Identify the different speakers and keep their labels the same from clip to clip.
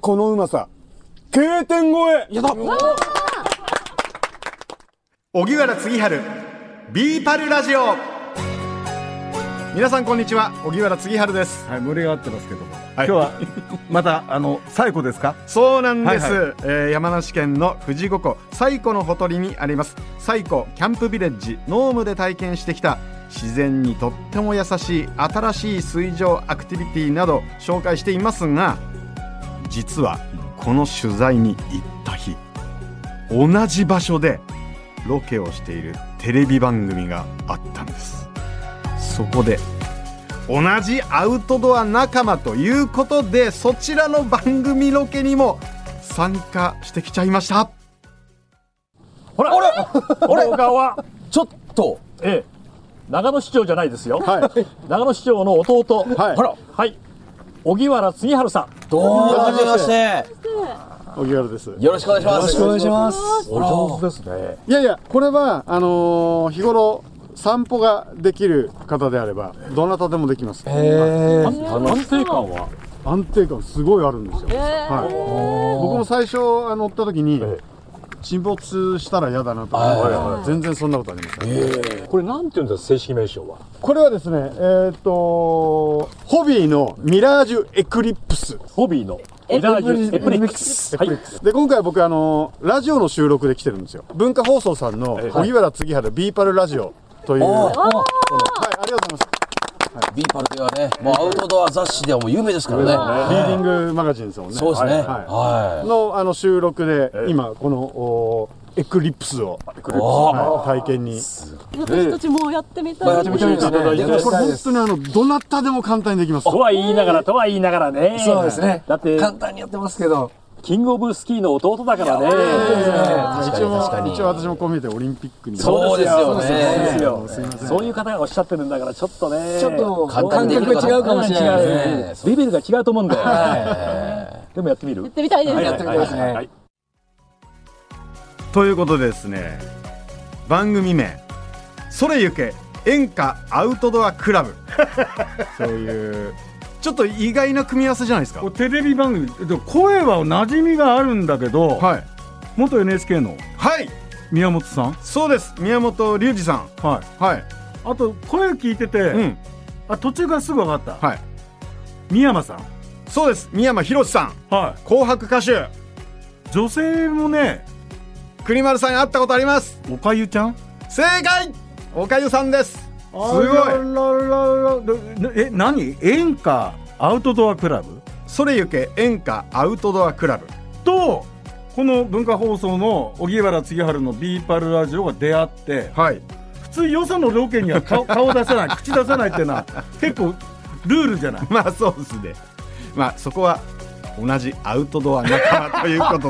Speaker 1: このうまさ K 点超え
Speaker 2: やだ
Speaker 3: 小木原次春ビーパルラジオ皆さんこんにちは小木原次春です
Speaker 4: はい、無理があってますけども、
Speaker 3: はい
Speaker 4: 今日はまたあの最後ですか
Speaker 3: そうなんです、
Speaker 4: はい
Speaker 3: えー山梨県の富士五湖西湖のほとりにあります西湖キャンプビレッジノームで体験してきた自然にとっても優しい新しい水上アクティビティなど紹介していますが実はこの取材に行った日同じ場所でロケをしているテレビ番組があったんですそこで同じアウトドア仲間ということでそちらの番組ロケにも参加してきちゃいました
Speaker 2: ほら俺動画はちょっとええ長野市長じゃないですよ
Speaker 1: はい
Speaker 2: 長野市長の弟
Speaker 1: はい
Speaker 2: ほらはい小木原杉春さん
Speaker 5: どうもはじめまして。
Speaker 1: 小木原です
Speaker 5: よろしくお願いします。よろしくお願いします。
Speaker 2: お上手ですね
Speaker 1: いやいやこれはあのー日頃散歩ができる方であればどなたでもできます
Speaker 2: 安定感は
Speaker 1: 安定感すごいあるんですよ、はい、僕も最初あの乗った時に沈没したら嫌だなと思って、全然そんなことありません、
Speaker 2: これなんていうんですか正式名称は
Speaker 1: これはですねえーっとホビーのミラージュエクリプス
Speaker 2: ホビーのミラージュエプリックスはい
Speaker 1: で今回僕あのラジオの収録で来てるんですよ文化放送さんの荻原次春ビーパルラジオという、はい、ありがとうございます
Speaker 5: ビーパルではね、もうアウトドア雑誌ではもう有名ですからね。
Speaker 1: リーディングマガジンですもんね
Speaker 5: そうですね。
Speaker 1: はい
Speaker 5: はい。
Speaker 1: のあの収録で今このおエクリプスを、はい体験に
Speaker 6: 私たちもやってみたい。
Speaker 5: まあやってみたいですね。
Speaker 1: いやこれ本当にあのどなたでも簡単にできます
Speaker 2: とは言いながらとは言いながらね
Speaker 7: そうですね。
Speaker 2: だって
Speaker 7: 簡単にやってますけど。
Speaker 2: キングオブスキーの弟だからね
Speaker 5: 確か
Speaker 1: 一
Speaker 5: に
Speaker 1: 応
Speaker 5: 確かに。
Speaker 1: 一応私もこう見えてオリンピックに
Speaker 5: そうですよね
Speaker 2: そうですよそういう方がおっしゃってるんだからちょっとね
Speaker 7: ちょっと
Speaker 5: 簡
Speaker 7: 感
Speaker 5: 単
Speaker 7: 覚
Speaker 5: にできる
Speaker 7: が違うかもしれないです
Speaker 5: 簡単に違う
Speaker 7: ね。
Speaker 5: ね
Speaker 2: レベルが違うと思うんだよでもやってみる
Speaker 6: やってみたいです。
Speaker 7: やってみたいですね
Speaker 2: はいはいはい
Speaker 3: ということでですね番組名「それゆけ演歌アウトドアクラ ブ」そういうちょっと意外な組み合わせじゃないですか
Speaker 4: これテレビ番組でも声は馴染みがあるんだけど、
Speaker 3: はい
Speaker 4: 元 NHK の
Speaker 3: はい
Speaker 4: 宮本さん
Speaker 3: そうです宮本隆二さん
Speaker 4: はい
Speaker 3: はい
Speaker 4: あと声聞いてて、
Speaker 3: うん
Speaker 4: あ途中がすぐ分かった、
Speaker 3: はい
Speaker 4: 宮山さん
Speaker 3: そうです宮山博さん
Speaker 4: は
Speaker 3: 紅白歌手
Speaker 4: い女性もね
Speaker 3: 国丸さんに会ったことあります
Speaker 4: おかゆちゃん
Speaker 3: 正
Speaker 4: す
Speaker 3: 解おかゆさんですすごい
Speaker 4: え何演歌アウトドアクラブ
Speaker 3: それゆけ演歌アウトドアクラブ
Speaker 4: とこの文化放送の荻原次春のビーパルラジオが出会って
Speaker 3: はい
Speaker 4: 普通よそのロケには 顔顔出さない口出さないっていうのは結構ルールじゃない
Speaker 3: まあそうですねまあそこは同じアウトドア仲間ということ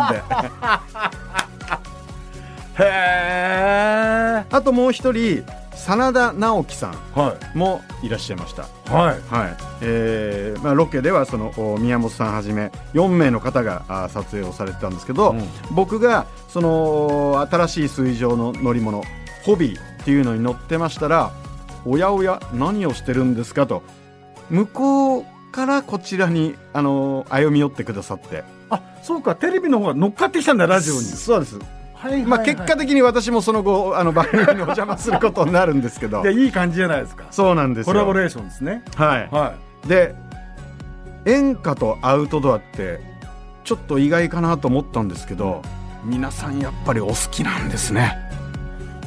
Speaker 3: で
Speaker 4: へ
Speaker 3: あともう一人真田直樹さ
Speaker 4: えは
Speaker 3: んもいらっしゃいました
Speaker 4: いはい
Speaker 3: はいえーまあ、ロケではそのお宮本さんはじめ4名の方があー撮影をされてたんですけど、
Speaker 4: うん
Speaker 3: 僕がその新しい水上の乗り物ホビーっていうのに乗ってましたら「おやおや何をしてるんですか?」と向こうからこちらに、あのー歩み寄ってくださって
Speaker 4: あそうかテレビの方が乗っかってきたんだラジオに
Speaker 3: そうです、
Speaker 4: はいはい、
Speaker 3: まあ、結果的に私もその後あの番組にお邪魔することになるんですけど
Speaker 4: でいい感じじゃないですか
Speaker 3: そうなんですよ
Speaker 4: コラボレーションですね
Speaker 3: はい、
Speaker 4: は
Speaker 3: で演歌とアウトドアってちょっと意外かなと思ったんですけど皆さんやっぱりお好きなんですね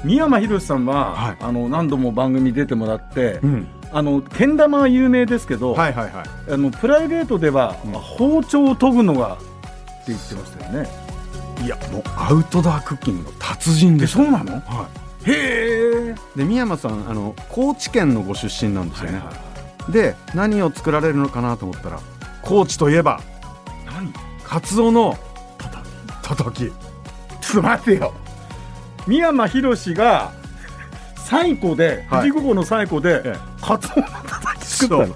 Speaker 4: い三山ひろしさんは、
Speaker 3: はい
Speaker 4: あの何度も番組出てもらって、
Speaker 3: うん
Speaker 4: あのけん玉は有名ですけど、
Speaker 3: はいはいはい
Speaker 4: あのプライベートでは、
Speaker 3: うん
Speaker 4: 包丁を研ぐのがって言ってましたよね
Speaker 3: いやもうアウトドアクッキングの達人で
Speaker 4: え
Speaker 3: す
Speaker 4: そうなの
Speaker 3: は
Speaker 4: へえ
Speaker 3: い、で三山さんあの高知県のご出身なんですよね、で何を作られるのかなと思ったら高知といえば
Speaker 4: 何
Speaker 3: カツオのたたき
Speaker 4: ちょっと待てよ三山ひろしが最古で
Speaker 3: はい
Speaker 4: 富士五湖の最古で、
Speaker 3: え
Speaker 4: カツオのたたき作ったの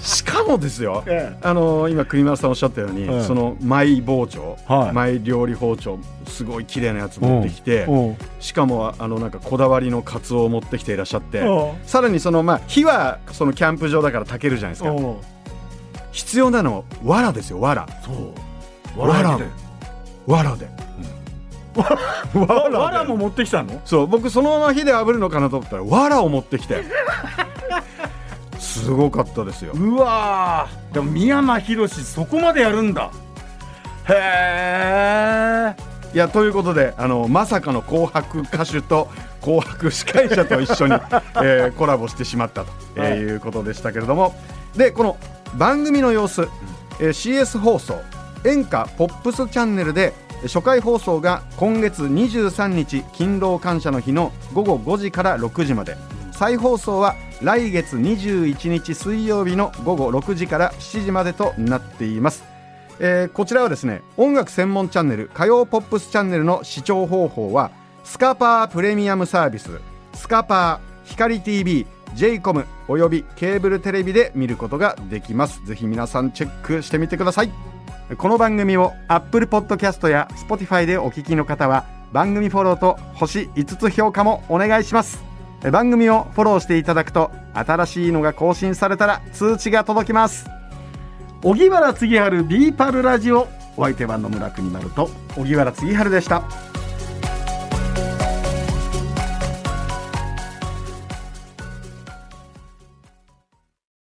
Speaker 3: しかもですよ、
Speaker 4: え
Speaker 3: あの今栗丸さんおっしゃったように、
Speaker 4: ええ
Speaker 3: そのマイ包丁、
Speaker 4: はい
Speaker 3: マイ料理包丁すごい綺麗なやつ持ってきて、
Speaker 4: うん
Speaker 3: しかもあのなんかこだわりのカツオを持ってきていらっしゃって、
Speaker 4: うん
Speaker 3: さらにそのまあ火はそのキャンプ場だから炊けるじゃないですか、
Speaker 4: うん
Speaker 3: 必要なのはわらですよわら
Speaker 4: そう
Speaker 3: わら
Speaker 4: で
Speaker 3: わらで、わわ
Speaker 4: わ わ
Speaker 3: ら
Speaker 4: ら
Speaker 3: で
Speaker 4: も持ってきたの
Speaker 3: そう僕そのまま火で炙るのかなと思ったらわらを持ってき てすごかったですよ
Speaker 4: うわーでも三山ひろしそこまでやるんだへえ
Speaker 3: いやということであのまさかの「紅白」歌手と「紅白」司会者と一緒に、えーコラボしてしまったと、えーいうことでしたけれどもでこの番組の様子、えー CS 放送演歌ポップスチャンネルで初回放送が今月23日勤労感謝の日の午後5時から6時まで再放送は来月21日水曜日の午後6時から7時までとなっていますえーこちらはですね音楽専門チャンネル歌謡ポップスチャンネルの視聴方法はスカパープレミアムサービススカパー光 TV j コムおよびケーブルテレビで見ることができますぜひ皆さんチェックしてみてくださいこの番組を Apple Podcast や Spotify でお聞きの方は番組フォローと星5つ評価もお願いしますえ番組をフォローしていただくと新しいのが更新されたら通知が届きます
Speaker 4: 荻原次春ビーパルラジオお相手は野村国丸と
Speaker 3: 荻原次春でした